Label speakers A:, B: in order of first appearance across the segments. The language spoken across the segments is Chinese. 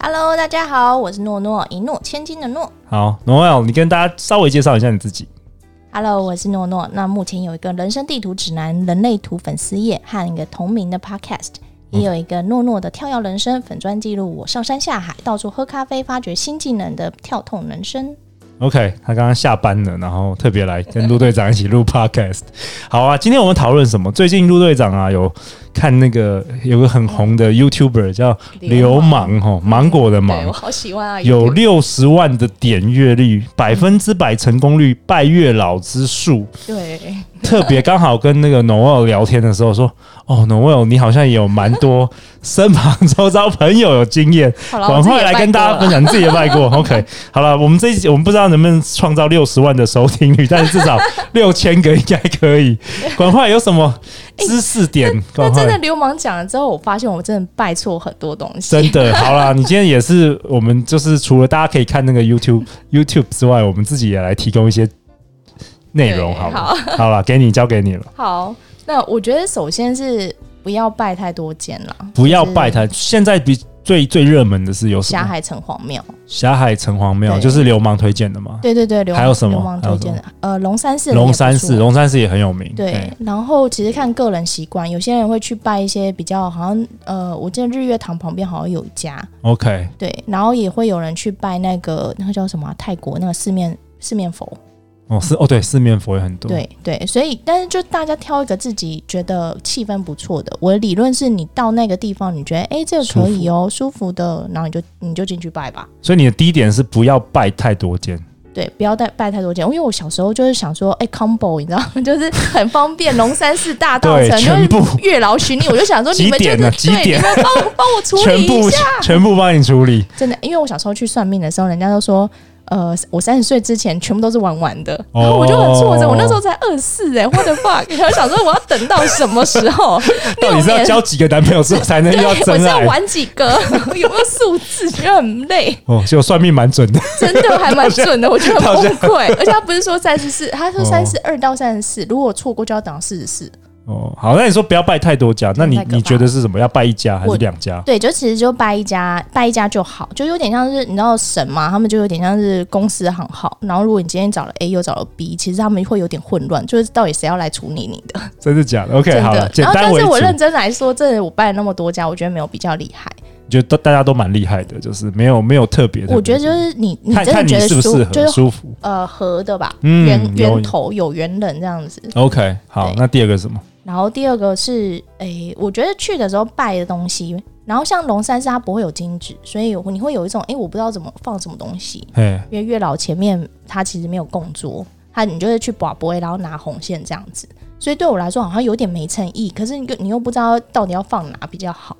A: Hello，大家好，我是诺诺，一诺千金的诺。
B: 好，Noel，你跟大家稍微介绍一下你自己。
A: Hello，我是诺诺。那目前有一个人生地图指南、人类图粉丝页和一个同名的 Podcast，也
B: 嗯
A: 有一个诺诺的跳跃人生粉砖，记录我上山下海、到处喝咖啡、发掘新技能的跳痛人生。
B: OK，他刚刚下班了，然后特别来跟陆队长一起 录 Podcast。好啊，今天我们讨论什么？最近陆队长啊有看那个有个很红的 YouTuber 叫流氓哦，芒果的
A: 对我
B: 芒，
A: 好喜欢啊！
B: 有
A: YouTube
B: 六十万的点阅率，百分之百成功率，拜月老之术。
A: 对
B: 特别刚好跟那个 Noel 聊天的时候说，哦，Noel 你好像也有蛮多身旁周遭朋友有经验，
A: 好了，
B: 赶
A: 我自己
B: 快
A: 也
B: 来跟
A: 拜
B: 大 家
A: 过了
B: 分享自己的卖过。OK，好 了，我们这一集我们不知道能不能创造六十万的收听率，但是至少六千个应该可 以。赶快有什么知识点？
A: 那
B: 赶
A: 真的
B: 快。
A: 流氓讲了之后，我发现我真的拜错很多东西。
B: 真的好啦，你今天也是我们就是除了大家可以看那个 YouTube YouTube 之外，我们自己也来提供一些 内容
A: 对
B: 好了。好了，给你交给你了，
A: 好，那我觉得首先是不要拜太多间了，
B: 不要拜他。现在比最最热门的是有什
A: 霞
B: 么？
A: 海城隍庙。
B: 霞海城隍庙
A: 对
B: 就是流氓推荐的嘛。
A: 对对对，流氓
B: 还有什么
A: 流氓推荐的，呃，龙山寺的也
B: 龙
A: 不错
B: 山寺，龙山寺也很有名。
A: 对，然后其实看个人习惯，有些人会去拜一些比较好像呃，我记得日月堂旁边好像有一家，
B: ，OK。
A: 对，然后也会有人去拜那个那个叫什么啊、泰国那个四面四面佛，
B: 哦，是哦，对，四面佛也很多。，
A: 对对，所以但是就大家挑一个自己觉得气氛不错的，我的理论是你到那个地方，你觉得哎这个可以哦，舒服的，然后你就你就进去拜吧。
B: 所以你的第一点是不要拜太多间。
A: 对，不要带拜太多钱，因为我小时候就是想说，哎、c o m b o 你知道吗？ 就是很方便，龙山寺大道
B: 对
A: 城
B: 全部
A: 就是月老寻你，我就想说你们
B: 几
A: 就是
B: 点呢几
A: 对，你
B: 点
A: 们帮我帮我处
B: 全
A: 理一
B: 部
A: 下，
B: 全部帮你处理，
A: 真的，因为我小时候去算命的时候，人家都说。呃，我三十岁之前全部都是玩玩的，
B: 哦
A: 然后我就很挫折。我那时候才二十四哎，what the fuck！然后想说我要等到什么时候？
B: 到底是要
A: 六年
B: 交几个男朋友之后才能遇到
A: 我
B: 真
A: 是要
B: 爱？
A: 玩几个？ 有没有数字？觉得很累。
B: 哦，就算命蛮准的，
A: 真的还蛮准的，我觉得很
B: 到现
A: 崩溃。而且他不是说三十四，他说
B: 哦
A: 三十二到三十四，如果错过就要等到四十四。
B: 哦，好，那你说不要拜太多家，那
A: 真
B: 你
A: 的太可怕
B: 你觉得是什么？要拜一家还是
A: 我
B: 两家？
A: 对，就其实就拜一家，拜一家就好，就有点像是你知道神嘛，他们就有点像是公司行号。然后如果你今天找了 A 又找了 B，其实他们会有点混乱，就是到底谁要来处理你的，
B: 真的假的？OK，
A: 真
B: 好了
A: 的，。
B: 简
A: 然后
B: 单
A: 但
B: 为
A: 是
B: 主
A: 我。认真来说，真的我拜了那么多家，我觉得没有比较厉害。
B: 觉得大家都蛮厉害的，就是没有没有特别的。
A: 我觉得就是你，你
B: 看
A: 真
B: 看
A: 的
B: 你
A: 觉得
B: 适不
A: 舒
B: 适
A: 就
B: 合
A: 是
B: 舒服。
A: 呃合的吧，
B: 嗯
A: 源
B: 有
A: 源头有缘人这样子。
B: OK，好，
A: 对
B: 那第二个是什么？
A: 然后第二个是，诶、我觉得去的时候拜的东西，然后像龙山寺它不会有金纸，所以你会有一种，诶、我不知道怎么放什么东西，
B: 嘿，
A: 因为月老前面他其实没有供桌，他你就是去把杯，然后拿红线这样子，所以对我来说好像有点没诚意，可是你又你又不知道到底要放哪比较好，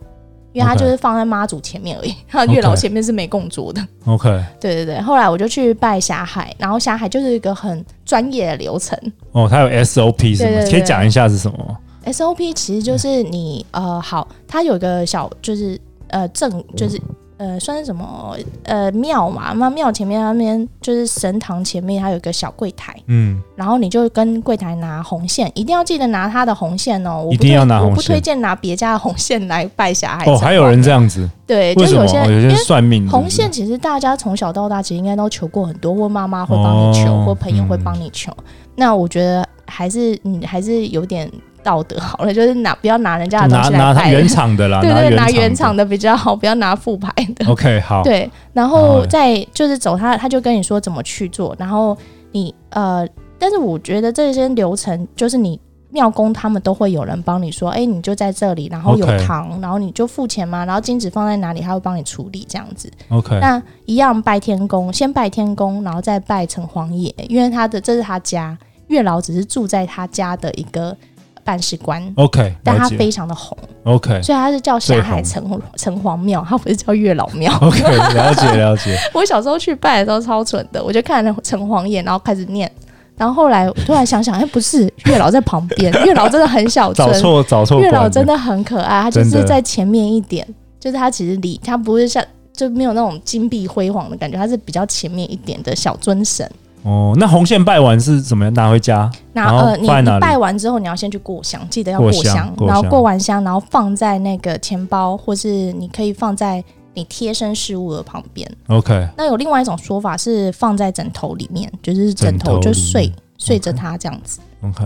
A: 因为他
B: OK
A: 就是放在妈祖前面而已， 他月老
B: OK
A: 前面是没供桌的。
B: OK，
A: 对对对，后来我就去拜霞海，然后霞海就是一个很专业的流程，
B: 哦，它有 SOP 是
A: 对
B: 吗？
A: 对对
B: 先讲一下是什么吗？
A: SOP 其实就是
B: 嗯
A: 你呃，好，它有一个小就是呃
B: 嗯
A: 正就是呃算是什么呃庙嘛，那庙前面那边就是神堂前面，它有一个小柜台，
B: 嗯，
A: 然后你就跟柜台拿红线，一定要记得拿它的红线哦，我不
B: 一定要拿
A: 推
B: 红线
A: 我不推荐拿别家的红线来拜霞海城
B: 哦，
A: 隍。
B: 还有人这样子，
A: 对，就
B: 为什么？
A: 有
B: 哦
A: 些
B: 有
A: 人
B: 些
A: 因
B: 人
A: 为
B: 算命是不是
A: 红线其实大家从小到大其实应该都求过很多，或妈妈会帮你求，
B: 哦嗯
A: 或朋友会帮你求。那我觉得还是你还是有点道德好了，就是拿不要拿人家的东
B: 拿
A: 西
B: 拿
A: 来
B: 它
A: 拜人，
B: 原 厂的哦啦，
A: 对对，对拿
B: 原
A: 原
B: 厂
A: 厂
B: 的。
A: 的比较好，不要拿副牌的。
B: OK，好，
A: 对，然
B: 然后
A: 后
B: 嘞
A: 再就是走他，他就跟你说怎么去做，然后你呃，但是我觉得这些流程就是你。庙公他们都会有人帮你说，哎、你就在这里，然后有
B: OK
A: 糖然后你就付钱嘛，然后金纸放在哪里，他会帮你处理这样子。
B: ，OK，
A: 那一样拜天公，先拜天公，然后再拜城隍爷，因为他的这是他家，月老只是住在他家的一个办事官，
B: OK，
A: 但
B: 了
A: 它
B: 解
A: 非常的红，
B: OK
A: 所以它是叫
B: 最
A: 霞
B: 红
A: 海城城隍庙，它不是叫月老 庙。
B: OK，了 解了解。
A: 我小时候去拜的时候超蠢的，我就看了城隍爷，然后开始念，然后后来我突然想想，哎、不是，月老在旁边， 月老真的很 小
B: 找
A: 尊，
B: 错找错
A: 月
B: 关
A: 老
B: 了，
A: 真的很可爱，他就
B: 真
A: 是
B: 的
A: 在前面一点，就是他其实离他不是像就没有那种金碧辉煌的感觉，他是比较前面一点的小尊神。
B: 哦。那红线拜完是怎么样拿回家？
A: 那
B: 然后
A: 呃，你
B: 放在
A: 你
B: 哪里
A: 拜完之后，你要先去过香，记得要
B: 过
A: 过
B: 香过
A: 然后
B: 香
A: 过完香，然后放在那个钱包，或是你可以放在你贴身事物的旁边。
B: OK，
A: 那有另外一种说法是放在枕头里面，就是
B: 枕
A: 枕头
B: 头
A: 就
B: 里
A: 睡
B: 面嗯
A: 睡着它这样子。
B: OK，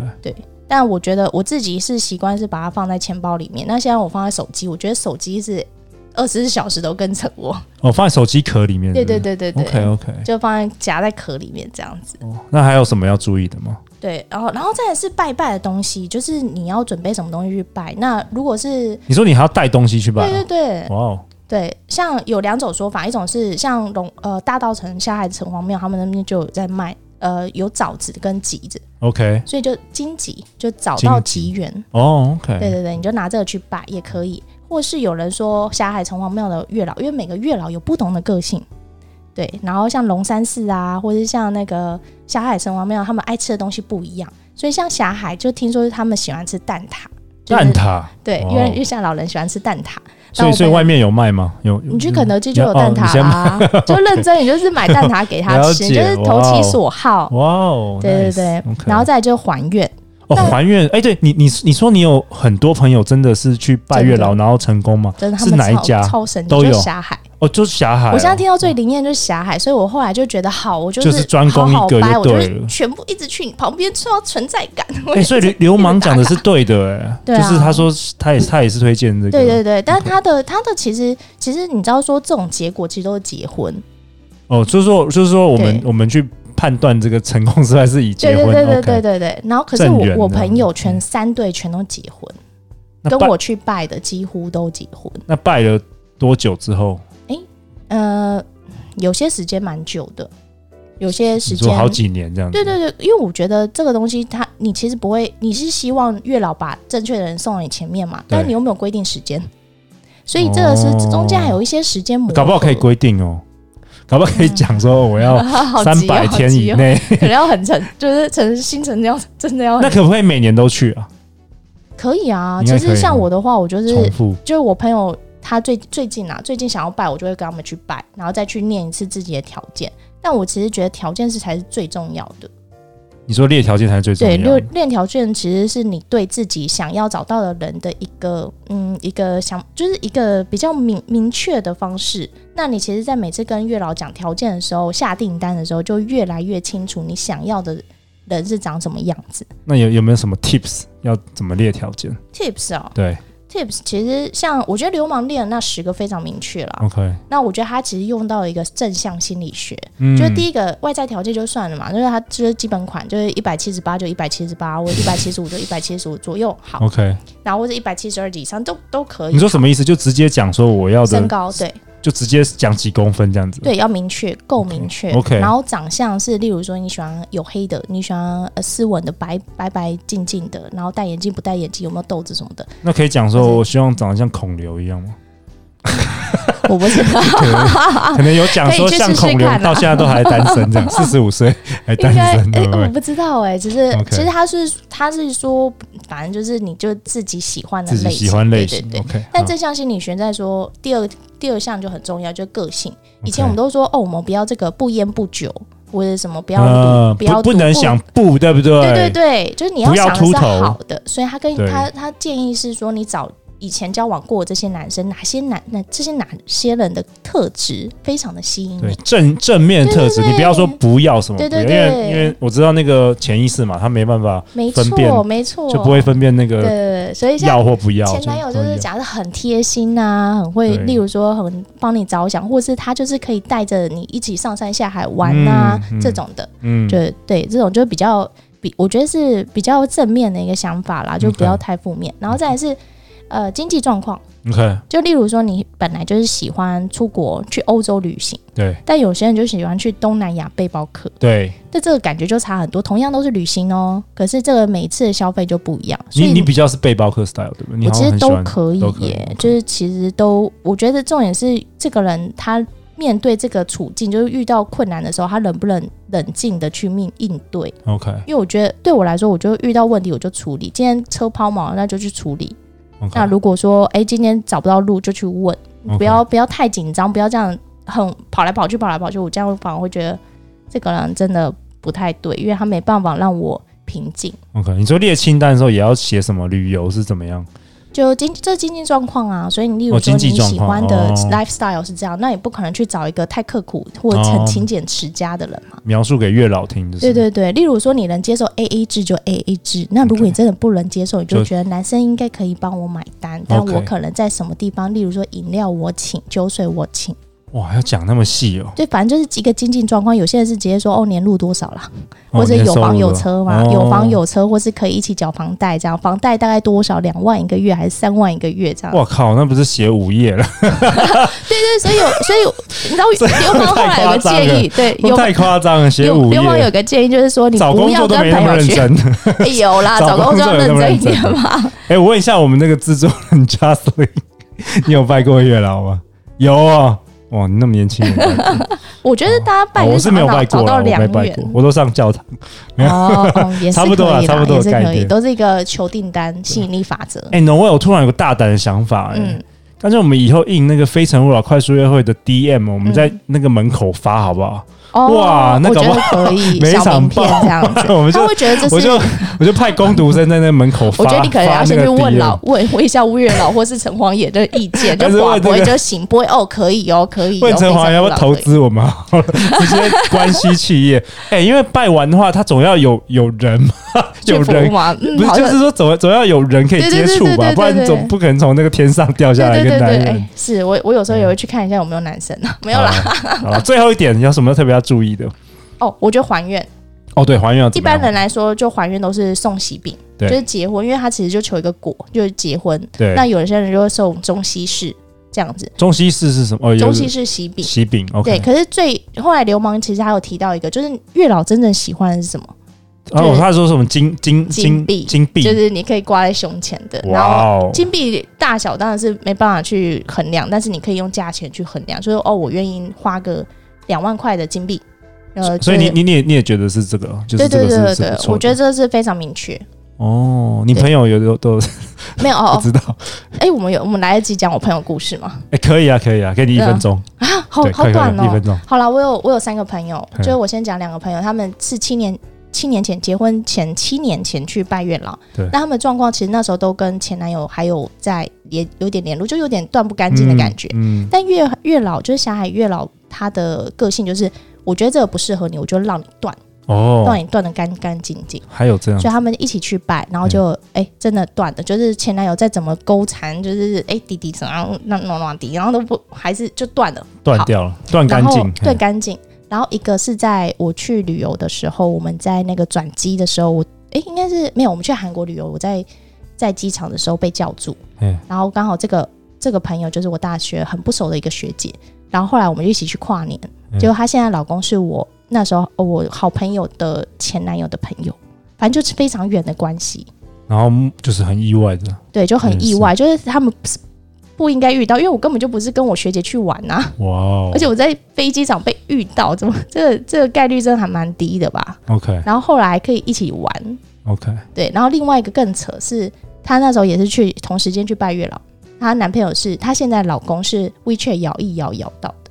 A: 但我觉得我自己是习惯是把它放在钱包里面。那现在我放在手机，我觉得手机是二十四小时都跟着我。
B: 哦，放在手机壳里面。
A: 对对对对对
B: 嗯 OK 哦 OK，
A: 就放在夹在壳里面这样子。
B: 那还有什么要注意的吗？
A: 对，然后然后再来是拜拜的东西，就是你要准备什么东西去拜。那如果是
B: 你说你还要带东西去拜哦？
A: 对对对
B: 哇哦，
A: 对，像有两种说法，一种是像龙呃大道城下海城隍庙，他们那边就有在卖，呃有枣子跟橘子，
B: OK，
A: 所以就荆棘就找到
B: 荆棘
A: 吉缘，
B: 哦 OK，
A: 对对对，你就拿这个去拜也可以，或是有人说霞海城隍庙的月老，因为每个月老有不同的个性，对，然后像龙山寺啊，或是像那个霞海城隍庙，他们爱吃的东西不一样，所以像霞海就听说他们喜欢吃蛋挞，就是、
B: 蛋挞，
A: 对，
B: 哇哦
A: 因为因为像老人喜欢吃蛋挞，
B: 所
A: 但我
B: 以
A: 们
B: 所以外面有卖吗？有，
A: 你去
B: 有
A: 肯德基就有
B: 哦
A: 蛋
B: 你
A: 挞
B: 先
A: 啊，就认真，你就是买蛋挞给他
B: 了
A: 吃，
B: 解
A: 就是投
B: 哇哦
A: 其所好，
B: 哇哦，
A: 对对
B: nice，
A: 对
B: OK
A: 然后再来就还愿。
B: 哦
A: 但
B: 还愿，哎，对你你你说你有很多朋友真的是去拜
A: 真的
B: 月老然后成功吗？
A: 真的，他
B: 是
A: 们
B: 哪一
A: 超
B: 家
A: 超神奇，
B: 都
A: 就是
B: 有
A: 霞海。
B: 哦，就是霞海哦，
A: 我现在听到最灵验就是霞海，所以我后来就觉得好，我就
B: 就是专攻一个
A: 好好掰，
B: 就
A: 我
B: 对
A: 就
B: 了
A: 是全部一直去你旁边，创造存在 感。我
B: 哎、
A: 也
B: 所以
A: 是
B: 流流氓讲的是对的、哎，
A: 对啊
B: 就是他说 他也他也是推荐这个，
A: 对对对，但是他的他的其实其实你知道说这种结果其实都是结婚，
B: 哦，就是说就是说我们
A: 对
B: 我们去判断这个成功失败是以结
A: 对对
B: 婚
A: 对对
B: o
A: 对
B: k
A: 对对。然后可是
B: 正缘啊
A: 我我
B: 这样
A: 朋友圈三对全都结婚，
B: 那
A: 跟
B: 拜
A: 我去拜的几乎都结婚，
B: 那拜了多久之后，
A: 呃，有些时间蛮久的，有些时
B: 你
A: 间
B: 说好几年这样子，
A: 对对对，因为我觉得这个东西它，你其实不会，你是希望月老把正确的人送到你前面嘛，但你又没有规定时间，所以这个是、
B: 哦
A: 中间还有一些时间磨合，
B: 搞不好可以规定哦，搞不好可以讲 说我要
A: 好
B: 三
A: 急哦
B: 百天以，内，
A: 好急哦可能要很成，就是成心诚要真的要
B: 那
A: 很
B: 可不可以每年都去啊？
A: 可以啊。
B: 应该
A: 其
B: 可
A: 实
B: 以嗯
A: 像我的话，我就是
B: 重复
A: 就是我朋友他最最近啊，最近想要拜，我就会跟他们去拜，然后再去念一次自己的条件。但我其实觉得条件是才是最重要的。
B: 你说列条件才是最重
A: 对，
B: 要
A: 练
B: 的，
A: 练条件其实是你对自己想要找到的人的一个，嗯，一个想，就是一个比较明明确的方式。那你其实，在每次跟月老讲条件的时候，下订单的时候，就越来越清楚你想要的人是长什么样子。
B: 那有有没有什么 tips 要怎么列条件？
A: Tips 哦
B: 对
A: ，Tips 其实像我觉得流氓练的那十个非常明确了。
B: ，OK，
A: 那我觉得他其实用到了一个正向心理学，
B: 嗯，
A: 就是第一个外在条件就算了嘛，就是他就是基本款，就是一百七十八就一百七十八，或一百七十五就一百七十五左右，好。
B: OK，
A: 然后或者一百七十二以上都都可以。
B: 你说什么意思？就直接讲说我要
A: 身
B: 的，嗯
A: 高对
B: 就直接讲几公分这样子。
A: 对要明确，够明确。
B: OK
A: 然后长相是，例如说你喜欢有黑的，你喜欢呃斯文的白白白净净的，然后戴眼镜不戴眼镜，有没有痘子什么 的，
B: 那可以讲
A: 或
B: 说，
A: 是
B: 我希望长得像孔刘一样吗？
A: 我不知道，
B: 可能 可能有讲说
A: 可以去
B: 像
A: 试试
B: 孔刘，
A: 看啊
B: 到现在都还单身这样，四十五岁还
A: 应
B: 单
A: 该
B: 身，
A: 哎、
B: 对不
A: 我
B: 对？
A: 不知道哎、只是
B: OK
A: 其实他是他是说，反正就是你就自己喜欢的
B: 自己
A: 类型，
B: 喜欢类型
A: 对对对。
B: ，OK。
A: 但
B: 好
A: 这项心理学在说第二第二项就很重要，就是个性。以
B: OK
A: 前我们都说哦，我们不要这个不烟不酒或者什么，不要
B: 呃
A: 赌，要
B: 不
A: 赌
B: 不能想不，对不对？
A: 对对对，就是你
B: 不
A: 要
B: 要
A: 想的
B: 秃
A: 是
B: 头
A: 好的，所以他跟
B: 对
A: 他他建议是说，你找以前交往过的这些男生，哪些男那这些哪些人的特质非常的吸引
B: 对
A: 你，
B: 正正面特质，
A: 对对对
B: 你不要说不要什么不要，
A: 对对
B: 因
A: 对
B: 为因为我知道那个潜意识嘛，他没办法
A: 没
B: 分辨
A: 错没错，
B: 就不会分辨那
A: 对
B: 个
A: 对对，所以像
B: 要或不要。
A: 前男友就
B: 都一
A: 是
B: 样
A: 假设很贴心啊，很会，
B: 对
A: 例如说很帮你着想，或是他就是可以带着你一起上山下海玩啊、
B: 嗯嗯
A: 这种的，
B: 嗯
A: 就对这种就比较比我觉得
B: 嗯
A: 是比较正面的一个想法啦，就不要
B: OK
A: 太负面。然后再来是呃经济状况，
B: OK，
A: 就例如说，你本来就是喜欢出国去欧洲旅行，
B: 对
A: 但有些人就喜欢去东南亚背包客，
B: 对，
A: 那这个感觉就差很多。同样都是旅行哦，可是这个每一次的消费就不一样。所
B: 你
A: 以
B: 你比较是背包客 style 对不对？你
A: 我
B: 好
A: 其
B: 像
A: 实
B: 很喜
A: 都
B: 欢
A: 可以
B: 都可以
A: 耶，
B: ，OK
A: 就是其实都，我觉得重点是这个人他面对这个处境，就是遇到困难的时候，他冷不冷冷静的去面应对。
B: OK
A: 因为我觉得对我来说，我就遇到问题我就处理。今天车抛锚，那就去处理。
B: OK，
A: 那如果说哎、诶今天找不到路，就去问，
B: OK
A: 不要不要太紧张，不要这样很跑来跑去跑来跑去。我这样反而会觉得这个人真的不太对，因为他没办法让我平静。
B: OK，你说列清单的时候也要写什么旅游是怎么样？
A: 就经这经济状况啊，所以你例
B: 哦
A: 如说
B: 经
A: 你
B: 济状
A: 喜
B: 况
A: 欢的
B: 哦
A: lifestyle 是这样，那也不可能去找一个太刻苦或者
B: 哦
A: 很勤俭持家的人嘛。
B: 描述给月老听，就是
A: 对对对，例如说你能接受 A A 制就 A A 制，那如果你真的不能接受，你就
B: 就
A: 觉得男生应该可以帮我买单，但我可能在什么地方，例如说饮料我请，酒水我请，
B: 哇，要讲那么细哦，
A: 就反正就是一个经济状况。有些人是直接说哦年入多少啦，
B: 哦
A: 或者
B: 年
A: 有
B: 收
A: 房
B: 入
A: 有
B: 了
A: 车嘛，
B: 哦
A: 有房有车，或是可以一起缴房贷这样，房贷大概多少？两万一个月还是三万一个月这样？
B: 我靠，那不是写五页了，
A: 对对，所以有 所以有你知道
B: 这
A: 流氓后来有
B: 太夸
A: 个
B: 张了
A: 建议，对 有。
B: 太夸张了，写
A: 流
B: 五
A: 流氓有
B: 页。
A: 个建议就是说，你
B: 找
A: 不
B: 工
A: 要
B: 作都
A: 跟
B: 没那
A: 朋
B: 么
A: 友
B: 认
A: 去。
B: 真。
A: 哎有啦，
B: 找
A: 找工
B: 工
A: 作
B: 作有
A: 要
B: 那
A: 认
B: 么
A: 真一
B: 认真
A: 点嘛。
B: 哎、我问一下我们那个制作人 Justin，你有拜过月老吗？有啊、哦，哇，你那么年轻人拜过，
A: 我觉得大家拜
B: 哦
A: 就
B: 我是没有
A: 找到
B: 拜过
A: 找到
B: 啦，我
A: 良
B: 没拜
A: 缘
B: 过，我都上教堂。
A: 哦， 哦也是
B: 差不多啦啊
A: 可以啦
B: 差不多
A: 也是
B: 概
A: 可以，
B: 念
A: 都是一个求订单吸引力法则。
B: 哎、n o e l 我突然有个大胆的想法、哎、
A: 嗯，
B: 但是我们以后印那个《非诚勿扰》快速约会的 DM，我们
A: 嗯
B: 在那那个门口发好不 好？
A: 哦，
B: 哇那
A: 我
B: 搞
A: 觉
B: 不
A: 得可 以，
B: 每
A: 小
B: 场
A: 名片
B: 爆，
A: 这样子
B: 我们就
A: 他会觉得这
B: 我
A: 是
B: 就。我就派工读生在那个门口发。
A: 我觉得你可能
B: 发
A: 要
B: 那
A: 先
B: 个
A: 去问
B: DM
A: 老 哦问问一下吴月老或是陈黄野的意 见，就
B: 还是问
A: 广播
B: 这个
A: 就行，不会哦，可以哦，可以哦。
B: 问陈华
A: 非常
B: 要不要投
A: 可以？
B: 资我们 好了，直接关系企业。哎、因为拜完的话，他总要有有人嘛，有
A: 去服务
B: 人
A: 吗？嗯，
B: 不是
A: 好
B: 就
A: 像
B: 是说总总要有人可以
A: 对
B: 接
A: 对对
B: 触吧，
A: 对对对
B: 不然总不可能从那个天上掉下来
A: 对
B: 一个
A: 对对
B: 男
A: 对，
B: 人嗯
A: 哎。是我我有时候也会去看一下有没有男生啊，没有啦。
B: 好啦。好啦最后一点有什么特别要注意的？
A: 哦，我觉得还愿，
B: 哦，对，还原要
A: 一
B: 嗯怎么
A: 般
B: 样？
A: 人来说，就还愿都是送喜饼，
B: 对
A: 就是结婚，因为他其实就求一个果，就是结婚。
B: 对，
A: 那有些人就会送中西式这样子，
B: 中西式是什么？哦，有
A: 中西式喜饼。
B: 喜饼
A: 对，
B: ，OK。
A: 可是最后来流氓其实还有提到一个，就是月老真正喜欢的是什么？
B: 然后他说什么金金
A: 金币
B: 金币，
A: 就是你可以挂在胸前的，然后。
B: 哇哦，
A: 金币大小当然是没办法去衡量，但是你可以用价钱去衡量，就是哦，我愿意花个两万块的金币，呃，
B: 所以你
A: 就是
B: 你你也你也觉得是这个，就是
A: 对
B: 这
A: 对
B: 个
A: 对对
B: 是是
A: 对
B: 不，错
A: 我觉得
B: 的。
A: 这是非常明确。
B: 哦，你朋友有有都
A: 没有哦
B: 不，知道。
A: 哎、我们有我们来得及讲我朋友故事吗？
B: 哎、可以啊，可以啊，给你一分钟，
A: 啊，好
B: 对，
A: 好
B: 可以可以
A: 短
B: 一
A: 哦
B: 分。钟。
A: 好了，我有我有三个朋友，
B: 嗯
A: 就是我先讲两个朋友，他们是七年七年前结婚前七年前去拜月老
B: 对，
A: 那他们状况其实那时候都跟前男友还有在也有点联络，就有点断不干净的感觉。
B: 嗯，
A: 但月月老就是霞海月老，他的个性就是，我觉得这个不适合你，我就让你断，
B: 嗯哦嗯
A: 让，你断的干干净净。
B: 还有这样
A: 所，以他们一起去拜，然后就哎、真的断了，就是前男友再怎么勾缠，就是哎、弟弟怎样那那那弟，然后都不还是就断了，
B: 断掉了，断
A: 然
B: 干
A: 后
B: 净，
A: 对干净。然后一个是在我去旅游的时候，我们在那个转机的时候，我哎、应该是没有，我们去韩国旅游，我在在机场的时候被叫住，
B: 嗯
A: 然后刚好这个这个朋友就是我大学很不熟的一个学姐，然后后来我们就一起去跨年，
B: 嗯
A: 结果她现在老公是我那时候哦我好朋友的前男友的朋友，反正就是非常远的关系，
B: 然后就是很意外的，
A: 对，就很意外，就是他们不是不应该遇到，因为我根本就不是跟我学姐去玩啊，
B: 哇哦，
A: 而且我在飞机场被遇到，怎么这个这个概率真的还蛮低的吧？
B: OK
A: 然后后来还可以一起玩，
B: OK，
A: 对，然后另外一个更扯是，她那时候也是去同时间去拜月老，她男朋友是她现在老公是 WeChat 摇一摇摇到的。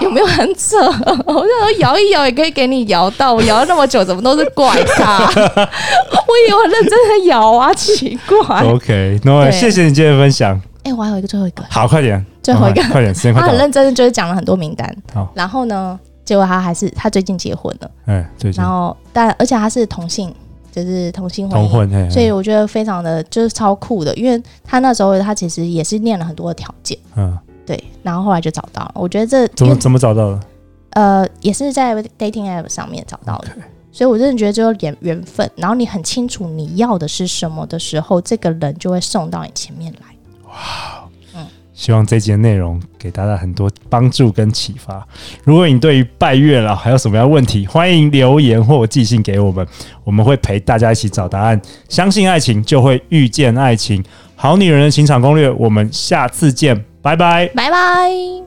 A: 有没有很扯？我就说摇一摇也可以给你摇到，我摇了那么久，怎么都是怪咖？我以为我认真的摇啊，奇怪。
B: 哦 OK，那我
A: 对
B: 谢谢你今天的分享，
A: 哎、我还有一个最后一个，
B: 好，快点，
A: 最后一个
B: 赶快快点，时间快
A: 他
B: 到
A: 很
B: 了，
A: 认真，就是讲了很多名单
B: 好。
A: 然后呢，结果他还是他最近结婚了，
B: 哎，最近
A: 然后但而且他是同性，就是同性婚
B: 同
A: 姻。
B: 婚，哎，
A: 所以我觉得非常的就是超酷的，因为他那时候他其实也是念了很多的条件，
B: 嗯，
A: 对，然后后来就找到了。我觉得这
B: 怎
A: 因
B: 么
A: 为
B: 怎么找到的？
A: 呃也是在 dating app 上面找到的所以我真的觉得就是缘缘分。然后你很清楚你要的是什么的时候，这个人就会送到你前面来。
B: 哇希望这集的内容给大家很多帮助跟启发。如果你对于拜月老还有什么样的问题，欢迎留言或寄信给我们，我们会陪大家一起找答案。相信爱情，就会遇见爱情。好女人的情场攻略，我们下次见，拜拜。
A: 拜拜。